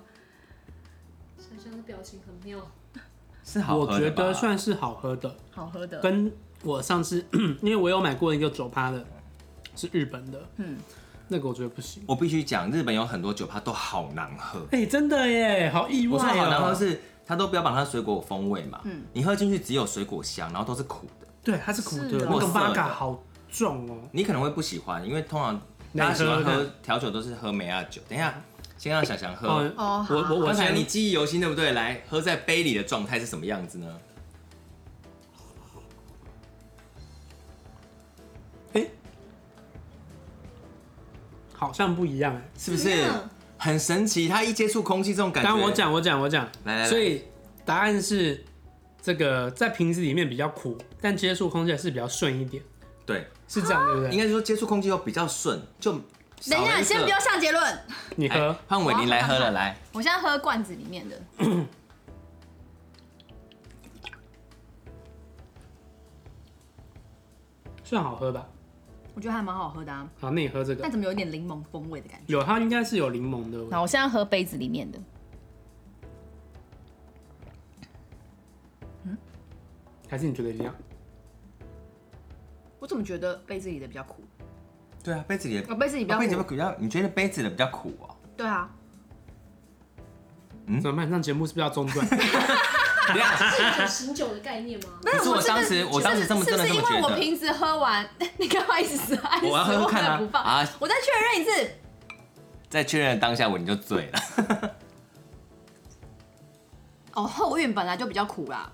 香香的表情很 妙，
是好
我
喝
觉
的吧
得算是好喝的，
好喝的，
跟我上次， 因为我有买过一个酒趴的，是日本的，嗯，那个我觉得不行。
我必须讲，日本有很多酒趴都好难喝。
哎、真的耶，好意
我
外
说好难
啊、
喝是，它都标榜它水果风味嘛，
嗯
你喝进去只有水果香，然后都是苦的，
对，它是苦
是哦
的，
的
那个
涩的
v 嘎好重哦、
你可能会不喜欢，因为通常大家喜欢喝调酒都是喝梅亚酒。等一下，先让小翔喝。
哦
我
好
我我
刚才
先
你记忆犹新，对不对？来，喝在杯里的状态是什么样子呢？
好像不一样哎。
是不是很神奇？它一接触空气，这种感觉。
当然我讲我讲我讲，
来来来
所以答案是这个在瓶子里面比较苦，但接触空气还是比较顺一点，
对，
是这样对不
啊
对？
应该是说接触空气后比较顺，就
等
等
一下，先不要下结论。
你喝，
哎换伟宁来喝
我要看
了，
看
来，
我现在喝罐子里面的，
算好喝吧？
我觉得还蛮好喝的、啊，
好，那你喝这个
但，怎么有一点柠檬风味的感觉？
有它应该是有柠檬的味
那
道，
我现在喝杯子里面的，
还是你觉得一样？
我怎么觉得杯子里的比较苦？
对啊，杯子里的
我杯子里比较
杯子里
苦，
比较，你觉得杯子的比较苦哦？
对啊，
嗯
怎么办？上节目是不是要中断？
等一下
是有醒酒的概念吗？
没
可是我
真的
当时我当时
是
这么
是不
真的
是
这么
因为
觉
我
得
瓶子喝完， 你干嘛一直死爱死
我要喝喝看啊
不放？
啊
我再确认一次，
在确认的当下，我你就醉了。
哦，后韵本来就比较苦啦，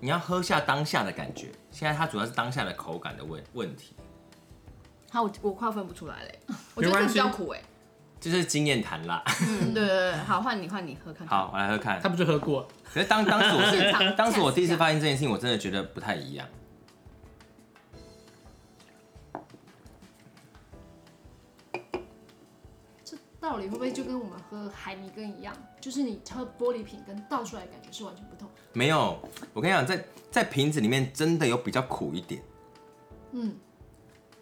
你要喝下当下的感觉，现在它主要是当下的口感的问问题。
好，我我快分不出来嘞，我
没
觉得
关
这
系
比较苦哎，
就是经验谈啦。
嗯，对对对，好，换你换你喝看看。
好，我来喝看
他。不就喝过？
可是当当时我
现场
是当时我第一
test 一
次
下
发现这件事情，我真的觉得不太一样。
这道理会不会就跟我们喝海泥根一样，就是你喝玻璃瓶跟倒出来的感觉是完全不同？
没有，我跟你讲，在在瓶子里面真的有比较苦一点，
嗯，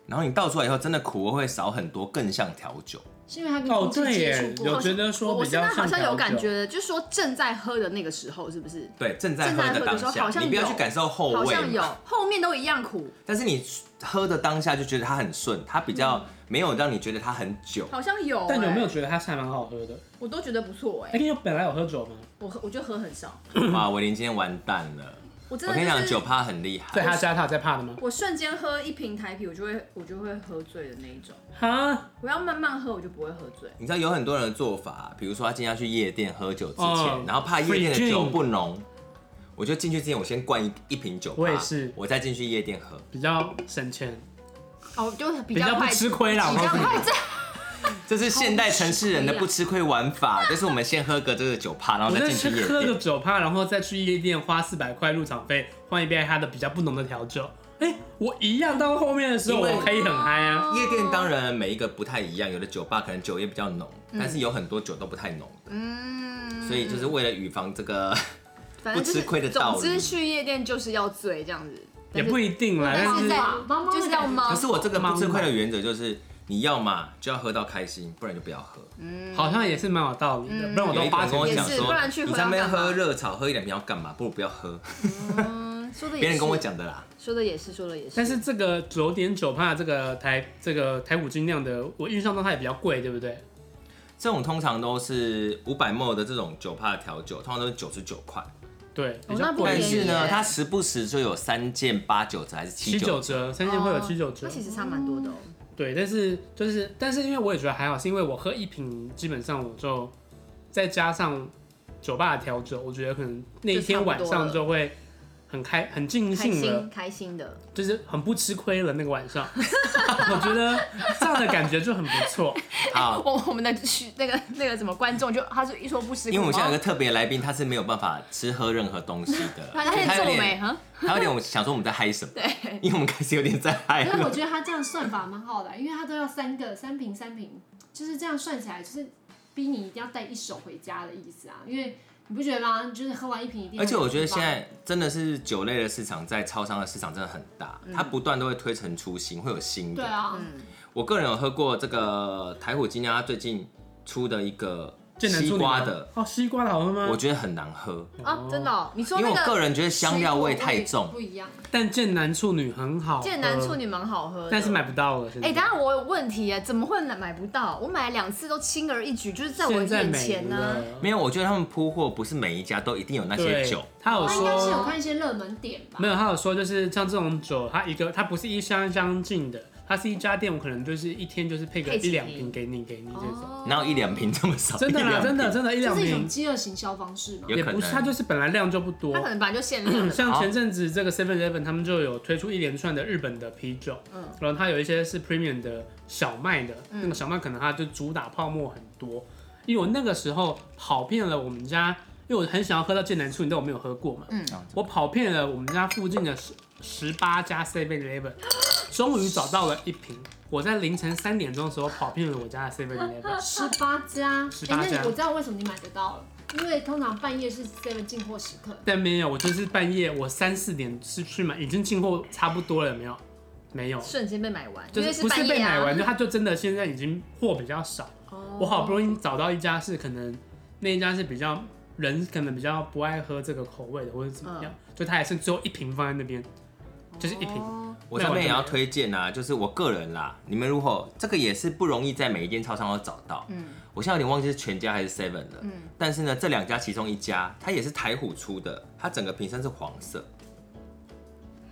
然后你倒出来以后，真的苦味会少很多，更像调酒。
是因为它跟
哦
空气
对
接
耶
触过，
有觉得说
我
比
现
较
在好像有
调
感
酒
觉的，就是说正在喝的那个时候，是不是？
对，正在
正
喝
在喝
的
的
当
时候
下
好，像
你不要
有
去感受后味，
好像有，后面都一样苦，
但是你喝的当下就觉得它很顺，它比
嗯
较没有让你觉得它很久。
好像有、
但有没有
哎？
觉得它是还蛮好喝的？
我都觉得不错哎、
哎，你有本来有喝酒吗？
我喝我就喝很少，
哇，维林今天完蛋了！
我嗯真
我
的、
跟
就是、
你讲，酒趴很厉
在他
害。
家他有在怕的吗？
我瞬间喝一瓶台啤，我就会我就会喝醉的那一种。
哈，
我要慢慢喝，我就不会喝醉。
你知道有很多人的做法，比如说他今天要去夜店喝酒之前
嗯，
然后怕夜店
Free
的
gin
酒不浓，我就进去之前我先灌一一瓶酒趴，
我也是
我再进去夜店喝。
比较省钱，
哦，就比
比较不
快
吃亏啦。我
比较
告诉你
快醉。
这是现代城市人的
好啊
不吃亏玩法，就是我们先喝个这个酒趴，然后
我
再
在
进去
去
夜
喝个
店。
酒趴，然后再去夜店花四百块入场费换一杯他的比较不浓的调酒。哎，我一样到后面的时候
因为
我可以很嗨啊。
哦
夜店当然每一个不太一样，有的酒吧可能酒也比较浓，但是有很多酒都不太浓的，
嗯，哦
所以就是为了预防这个。
反正就是
不吃亏的道理
总之去夜店就是要醉这样子，
也不一定啦，
但
但
是
是
在
但是
就是要忙。
可是我这个不吃亏的
哦
原则就是，你要嘛就要喝到开心，不然就不要喝。
好像也是蛮有道理的，
嗯
不然嗯我
有
都
一个
八
人跟
成
我
也
讲
是
说
不然，去喝
你上面
要干嘛
喝热炒喝一两瓶要干嘛？不如不要喝。
嗯说的也是，
别人跟我讲的啦，
说的也是，说的也是。
但是这个九点九帕这个台这个台虎精酿的，我印象中它也比较贵，对不对？
这种通常都是五百 ml 的这种酒趴的调酒，通常都是九十九块。
对，比
哦
较
那不
贵。
但
便宜
是
耶
呢，它时不时就有三件八九折还是
七
七
九
九折。
折，三千会有七九
哦那
折。
其实差蛮多的哦。
嗯
对，但是就是，但是因为我也觉得还好，是因为我喝一瓶，基本上我就再加上酒吧的调酒，我觉得可能那一天晚上就会很开、很尽
开
兴了
心，开心的，
就是很不吃亏了。那个晚上， 我觉得这样的感觉就很不错。
好，
哦我我们的去那个那个什么观众就他是一说不吃苦，
因为我们现在有
然
个特别来宾，他是没有办法吃喝任何东西的，
后他
他
在
有
皱眉
点，
哈，
他有点我想说我们在嗨什么，
对，
因为我们开始有点在嗨
所以我
了。
觉得他这样算法蛮好的，因为他都要三个三瓶三瓶，就是这样算起来，就是逼你一定要带一手回家的意思啊，因为你不觉得吗？就是喝完一瓶一定。
而且我觉得现。在真的是酒类的市场，在超商的市场真的很大，它不断都会推陈出新，会有新
对
的。
啊，
嗯
我个人有喝过这个台虎精酿，它最近出的一个
剑南
西
处女
瓜
吗
的，
哦，西瓜的好喝吗？
我觉得很难喝，
啊，真的哦，你说
因为
那
我个
个
人觉得香料味太重
不。一样。
但剑南处女很好喝，
剑南处女蛮好喝的，
但是买不到了。现在
哎，等一下我有问题哎，怎么会买不到？我买了两次都轻而易举，就是在我
现在
眼
没
前呢。
了
没有，我觉得他们铺货不是每一家都一定有那些
对
酒，，
他有
他啊
哦
应该是有
说
看一些热门点吧
没？有，他有说就是像这种酒，它一个它不是一箱一箱进的，它是一家店，我可能就是一天就是配个
配几
一两
瓶哦
瓶给你给你这种，
哪有一两瓶这么少？
真的
一
啦，
两瓶
真的真的，一
这
两
是一种
瓶
饥饿行销方式嘛？
有
也
可
不是，
能
它就是本来量就不多
它。可能本来就限量 的吧，
嗯像前阵子这个 Seven Eleven 他们就有推出一连串的日本的啤酒，嗯，然后它有一些是 Premium 的小麦的，那个小麦可能它就主打泡沫很多，因为我那个时候跑遍了我们家，因为我很想要喝到剑南处，你知道我没有喝过嘛，我跑遍了我们家附近的十十八家 Seven Eleven，终于找到了一瓶。我在凌晨三点钟的时候跑遍了我家的 Seven Eleven，
十八家，
18
哎那你
家
我知道为什么你买得到了，因为通常半夜是 seven 进货时 刻，
但没有，我就是半夜我三四点是去买，已经进货差不多了，有没有？没有，
瞬间被买完，
就
因为
是不是
半
被
夜
买
啊
完，。就它就真的现在已经货比较少。
哦
我好不容易找到一家是可能那一家是比较人可能比较不爱喝这个口味的，或者怎么样，
嗯
就它也是只有一瓶放在那边，就是一瓶。
哦
我上面也要推荐啊，就是我个人啦，你们如果这个也是不容易在每一间超商都找到，嗯，我现在有点忘记是全家还是 Seven 了，嗯，但是呢，这两家其中一家它也是台虎出的，它整个瓶身是黄色，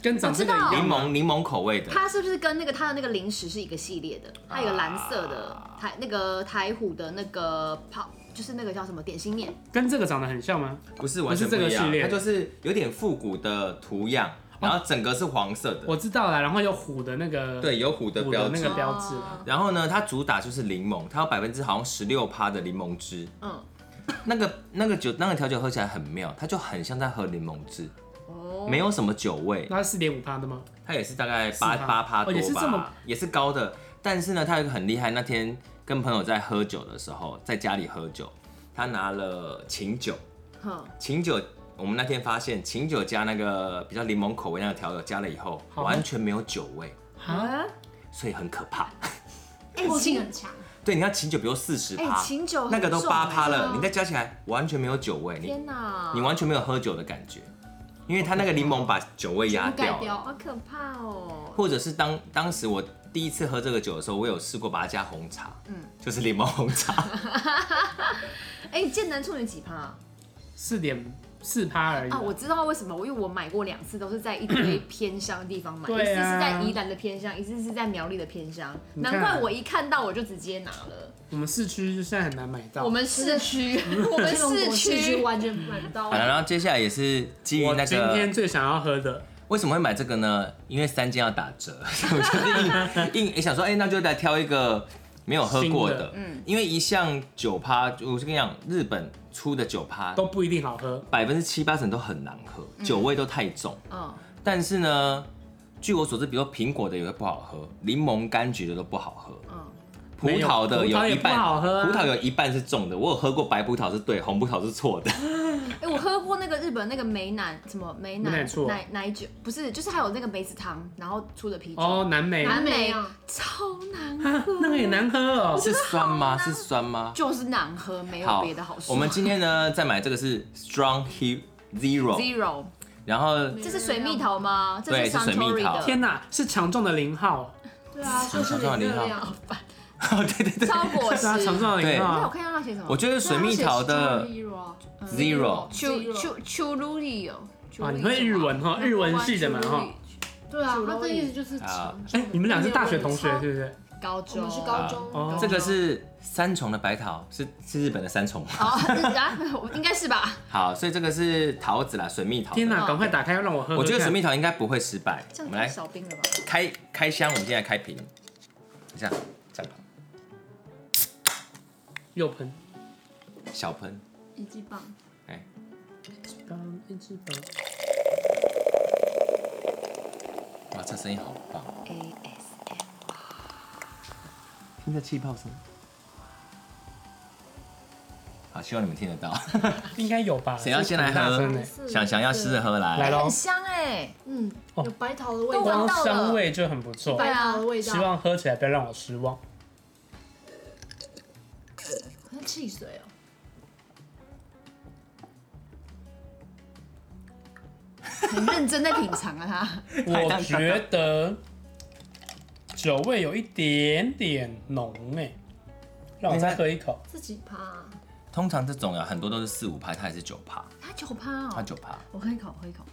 跟长这个一
我知道
样
柠
吗
檬柠檬口味的，
它是不是跟那个它的那个零食是一个系列的？它有个蓝色的
啊
台那个台虎的那个泡，就是那个叫什么点心面？
跟这个长得很像吗？
不是完全不
不
一
是这个
样
系，列哦
它就是有点复古的图样，然后整个是黄色的，
我知道了，然后有虎的那个
对，有虎的
虎
标
的那
志
个。标志
哦
啦，
然后呢，它主打就是柠檬，它有百分之好像十六趴的柠檬汁。
嗯，
那个那个酒那个调酒喝起来很妙，它就很像在喝柠檬汁，
哦
没有什么酒味，
那是四点五趴的吗？
它也是大概八
4%
八趴多
哦
吧，
也是这么
也是高的。但是呢，它有一个很厉害，那天跟朋友在喝酒的时候，在家里喝酒，他拿了琴酒，
哼，
琴酒。我们那天发现，琴酒加那个比较柠檬口味那个调酒加了以后，
好喝
完全没有酒味，
哎
啊，
所以很可怕。
后劲很强，
对，你看琴酒，比如四十
哎、
趴，
琴酒很
那个都
重
八
哎
趴了，你再加起来完全没有酒味，你
天哪，
你完全没有喝酒的感觉，因为它那个柠檬把酒味压
全部盖
掉了。
掉。啊
好可怕哦！
或者是当当时我第一次喝这个酒的时候，我有试过把它加红茶，嗯，就是柠檬红茶，
哎、剑南处女几趴啊？
四点四趴而已啦。啊
我知道为什么，因为我买过两次，都是在一堆偏乡的地方买，一次
对啊
是在宜兰的偏乡，一次是在苗栗的偏乡，
你看
难怪我一看到我就直接拿了。
我们市区现在很难买到。
我们市区，我们市
市区
区，
完全买不到
好。了，然后接下来也是基于
我
那
今
个
天最想要喝的，
为什么会买这个呢？因为三间要打折， 我就是硬硬也想说，哎、那就来挑一个没有喝过
新
的
的，
嗯，因为一项酒趴，我是跟你讲，日本出的酒趴
都不一定好喝。
百分之七八成都很难喝，酒味都太重。
嗯，
但是呢，据我所知，比如说苹果的有些不好喝，柠檬、柑橘的都不好喝。
嗯
葡萄的
没有葡萄
有
也
一半
不好喝啊
葡萄有一半是重的。我有喝过白葡萄是对， 红葡萄是错的。
哎、我喝过那个日本那个美奶什么美
美
奶
乃醋
奶奶酒，不是，就是还有那个梅子汤，然后出的啤酒，
哦，南美
南
啊，
美
南美啊
超难喝，
那个也难喝哦。
是 酸吗？是酸吗？
就是难喝，没有
好
别的好，说。
我们今天呢再买这个是 Strong He Zero，
Zero，
然后
这是水蜜桃吗？这
对
是
是水
Suntory
蜜桃
的，
天哪，是强壮的零号，
对啊，就是
想象力
热
哈
量。
对对 对，
超果
是
实。
啊，强壮的零
你有
号。
看到他写什么？
我觉得水蜜桃的嗯 Zero，
秋哦秋秋露丽哦，
啊，你会日文哈？
嗯
日文系的嘛哈？
对啊，它的意思就是
啊
强。
哎，你们俩是大学同学是不是？
高
我
中
们是高
哦
中，
啊这个是三重的白桃，是是日本的三重。
好， 啊，应该是吧？
好，所以这个是桃子啦，水蜜桃。
天哪，
哦
赶快打开，让我喝喝看。
我觉得水蜜桃应该不会失败。
这
我
样
们
太
来
小兵了吧？
开开箱，我们现在开瓶，这样这样
又喷。
小喷，
一级棒。
哎，
刚一直喷。
哇，这声音好棒。
哎 AS
听着气泡声。好，希望你们听得到。
应该有吧？
谁要先
这
来
很大
喝
声欸
嗯
想想要试着喝来，
来喽
很，香哎，
嗯，
哦
有白桃的味
都闻
道
光
到，了
香味就很不错。
白桃的味道，
啊希望喝起来不要让我失 望。
像汽水哦。
很认真在品尝啊，他
我觉得酒味有一点点浓哎、让我再喝一口。
自己趴，啊
通常这种啊，很多都是四五趴，它也是九趴，
他酒趴哦，
啊
它九趴。
我喝一口，喝一口，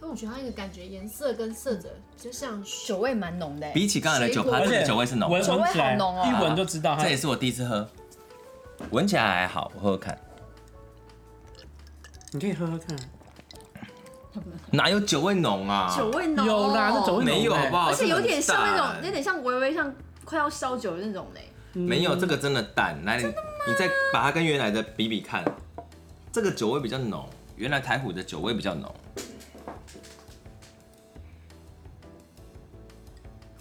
但我觉得它那个感觉颜色跟色泽比较像
酒味蛮浓的欸，
比起刚才的九趴，
水
这
果
哎个酒味是浓
闻
的。
酒味
闻起来
好浓哦
一闻就知道它
这也是我第一次喝，闻起来还好，我喝喝看，
你可以喝喝看。
哪有酒味浓啊？
酒味浓，哦
有啦，这酒味浓欸
没有好不好？
而且有点像那种，
这
有
很淡
点像微微像快要烧酒的那种嘞，
没有这个真的淡。来，你你再把它跟原来的比比看，这个酒味比较浓，原来台虎的酒味比较浓。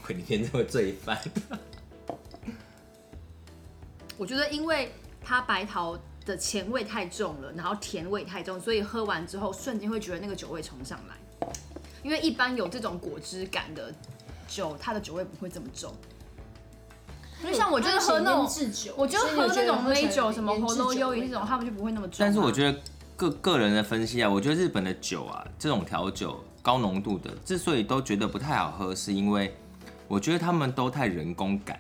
我明天就会醉 翻。
我觉得因为它白桃的前味太重了，然后甜味太重，所以喝完之后瞬间会觉得那个酒味冲上来。因为一般有这种果汁感的酒，它的酒味不会这么重。因为像我就是喝那种，
制酒，
我就喝那种
美
美酒，什么红
喉
豆优
优
饮这种，他们就不会那么重啊。
但是我
得
觉得个个人的分析啊，我觉得日本的酒啊，这种调酒高浓度的，之所以都觉得不太好喝，是因为我觉得他们都太人工感，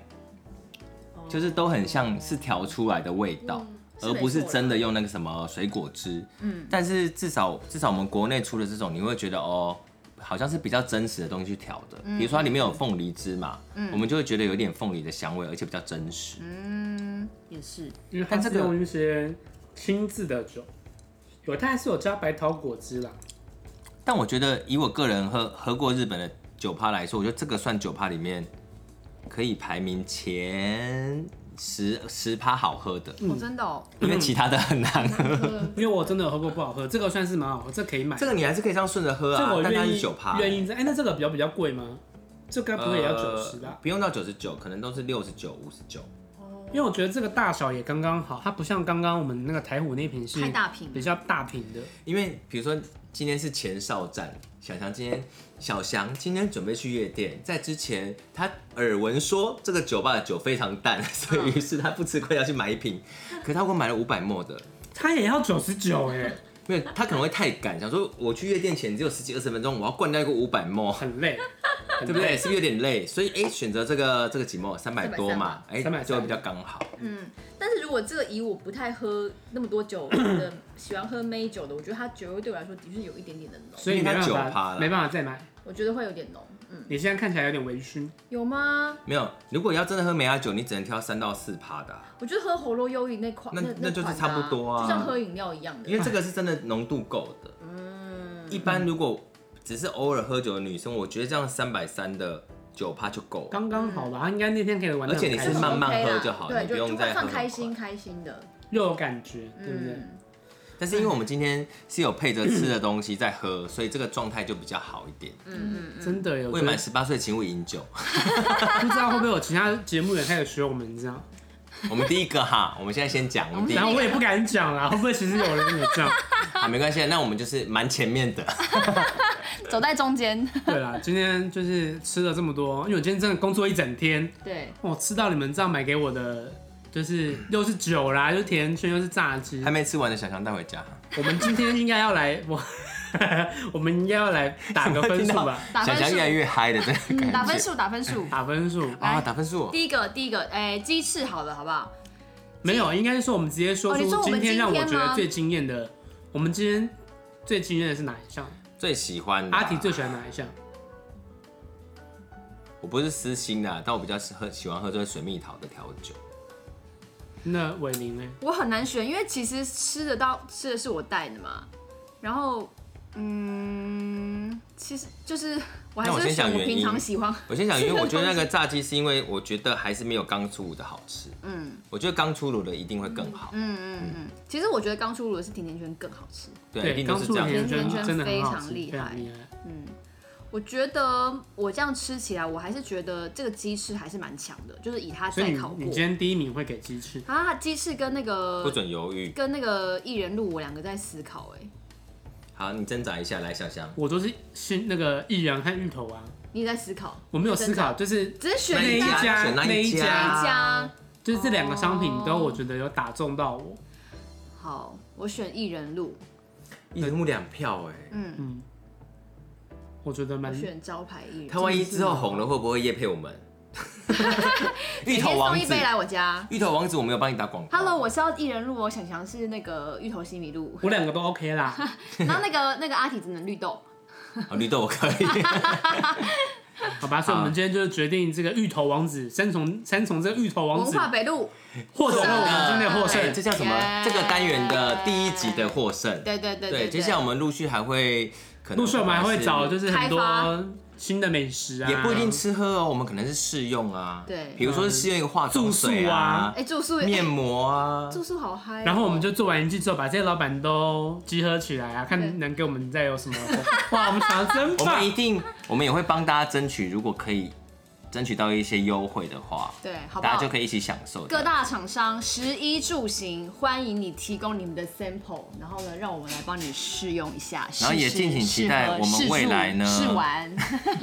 就是都很像是调出来的味道。
是
而不是
没错啦
真的用那个什么水果汁，嗯，但是至少至少我们国内出的这种，你会觉得哦，好像是比较真实的东西去调的，比如说它里面有凤梨汁嘛，我们就会觉得有点凤梨的香味，而且比较真实。
也是，
因为它
但这
是
个
用一些轻自的酒，有，它还是有加白桃果汁啦。
但我觉得以我个人喝喝过日本的酒趴来说，我觉得这个算酒趴里面可以排名前十十趴好喝的，
嗯
我真的哦，
因为其他的很 难 喝。
呃，
因为我真的有喝过不好喝，这个算是蛮好喝，这可以买。
这个你还是可以这样顺着喝
这
啊
我，
但它
愿
是
意
酒趴，
愿意在。哎、那这个比较比较贵吗？这该不会也要九
呃
十吧？
不用到九十九，可能都是六十九、五十九。
因为我觉得这个大小也刚刚好，它不像刚刚我们那个台虎那瓶是
太大瓶
比较大瓶的。
因为比如说今天是前哨战，小翔今天小翔今天准备去夜店，在之前他耳闻说这个酒吧的酒非常淡， 所以于是他不吃亏要去买一瓶，可他如果买了五百沫的，
它也要九十九哎，
没有他可能会太赶，想说我去夜店前只有十几二十分钟，我要灌掉一个五百沫。
很累，很
对不对？是不是有点累？所以哎、选择这个这个几沫三百多嘛，哎、
300
就会比较刚好。
但是如果这个以我不太喝那么多酒的，喜欢喝美酒的，我觉得它酒味对我来说的确有一点点的浓，
所以
因
没
为它
办
9%
法，
啦
没办法再买。
我觉得会有点浓。嗯，
你现在看起来有点微醺，
有吗？
没有，如果要真的喝梅亚酒，你只能挑三到四趴的啊、
我觉得喝喉咙忧郁那款，
那
那
那就是
款的
差不多啊
就像喝饮料一样的
因。为这个是真的浓度够的。一般如果只是偶尔喝酒的女生，我觉得这样三百三的酒趴就够了。
刚刚好吧？它应该那天可以玩得
而且
很
你
开
是
心，
慢慢
OK 啦
喝就好
对，
你不用
就
再喝
算
很
开心
快
开心的，
又有感觉，对不对？
嗯，
但是因为我们今天是有配着吃的东西在喝，所以这个状态就比较好一点。
嗯
嗯
真的有
未满十八岁请勿 饮酒。
不知道会不会有其他节目也开始学我们这样，
我们第一个哈，我们现在先讲，我们第一
然后
个
我也不敢讲啦，会 不会其实有人有这样？
啊，没关系，那我们就是蛮前面的。
走在中间，
对啦，今天就是吃了这么多，因为我今天真的工作一整天，
对，
我吃到你们这样买给我的，就是又是酒啦，又是甜圈，又是炸鸡
还。没吃完的小强带回家。
我们今天应该要来， 我我们应该要来打个分数 吧，
打
小
分
强
数
越来越嗨的这个感觉。
嗯打分数，打分数。
打分
哦
数
啊，打分数。
第一个，第一个，哎，鸡翅好了，好不好？
没有，应该是说我们直接说
哦你说
出
我们
天让我
今
觉
天吗
得最惊艳的，我们今天最惊艳的是哪一项？
最喜欢的啊
阿提最喜欢哪一项？
我不是私心的啊，但我比较喜喝喜欢喝这个水蜜桃的调酒。
那伟宁呢？
我很难选，因为其实吃得到吃的是我带的嘛，然后嗯，其实就是我还
那我
是
先讲
选我
原因
平常喜欢，
我先讲，因为我觉得 那个炸鸡是因为我觉得还是没有刚出炉的好吃。嗯，我觉得刚出炉的一定会更好。嗯，
其实我觉得刚出炉的是甜甜圈更好吃。
对，一定都
刚
是
出
这样
的。甜
甜
圈
甜圈
真的很好
非
吃，
常厉
非常
害
厉害。
我觉得我这样吃起来，我还是觉得这个鸡翅还是蛮强的，就是以它
所以
再
你
烤
你
过
今天第一名会给鸡翅，
啊，它鸡翅跟那
不
个
准犹豫。
跟那个艺人路，我两个在思考哎、
好，你挣扎一下，来，小香。
我都是新那个薏仁和芋头啊，
你也在思考，
我没有思考，就是
只是选
那
一
一
家
家
选那一
那一
家
啊一家。哦
就是这两个商品都我觉得有打中到我。
好，我选艺人路，
一人物两票哎，
嗯
我觉得蛮
我选招牌艺人
他。万一之后红了，会不会夜配 我们？芋
每
头
天
王
送一
子，
杯来我家。
芋头王子，我没有帮你打广告。
Hello，我是要艺人路，我想想是那个芋头西米露，
我两个都 OK 啦，
然后那个那个阿体只能绿豆。
好哦绿豆我 可以。
好吧，所以我们今天就是决定这个芋头王子，先从先从这个芋头王
文
子
化北路，
获得了我们今天的 获
哎
对，
胜
这。叫什么？
耶
这个单元的第一集的获胜。
对对对
对，接下来我们陆续还会，可能
陆续我们还会找就是很
开
多
发
新的美食啊，
也不一定吃喝哦，我们可能是试用啊，
对
比如说是试用一个化妆水啊
哎、住宿
面
哎
膜啊，
住宿好嗨哦、
然后我们就做完一季之后，把这些老板都集合起来啊，看能给我们再有什么。 哇，我们想的真
我
棒
们！一定，我们也会帮大家争取，如果可以争取到一些优惠的话，
对，好不好？
大家就可以一起享受
各
的。
大厂商十一住行，欢迎你提供你们的 sample，然后呢，让我们来帮你试用一下，
然后也
试吃
敬请期待
试喝
我们
试住
未来呢
试玩，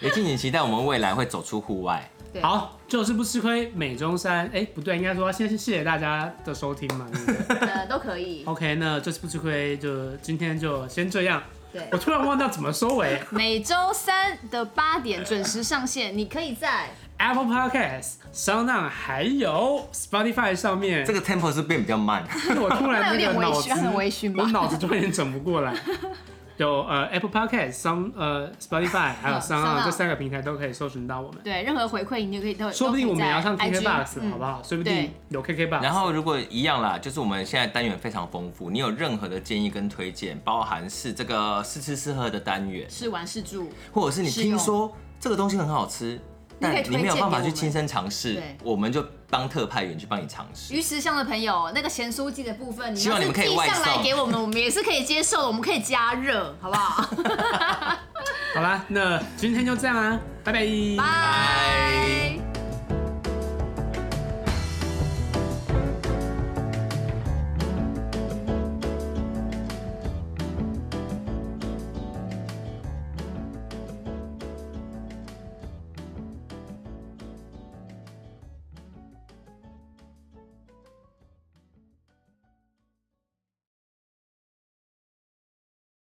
也敬请期待我们未来会走出户外。
对，
好，就是不吃亏，美中山。哎、不对，应该说先谢谢大家的收听嘛。对不对
呃，都可以，
OK，那就是不吃亏，就今天就先这样。
对
我，突然忘掉怎么 收尾。
每周三的八点准时上线，你可以在
Apple Podcast、Sound On 还有 Spotify 上面，
这个 tempo 是变比较慢，
我突然
有
那
点
个
微
脑
醺，
子，
很微醺吧
我？脑子突然转不过来。有呃 Apple Podcast、Sound 呃 Spotify 还有
嗯
s o u
Sound On
这三个平台都可以搜寻到我们。
对，任何回馈你就可以都
说不定我们也要上 KKBox
嗯
好不好？说不
对
定有 KKBox。
然后如果一样啦，就是我们现在单元非常丰富，你有任何的建议跟推荐，包含是这个试吃试喝的单元，
嗯试玩试住，
或者是你
试用
听说这个东西很好吃，但
哦可以推
你没有办法
荐给
去
我们
亲身尝试
对，
我们就帮特派员去帮你尝试。
鱼池巷的朋友，那个咸酥鸡的部分，你
希望
要是
你们可以
寄
外
上来
送
给我们，我们也是可以接受的，我们可以加热， 好不好？
啊好啦，那今天就这样啦，拜拜。
拜。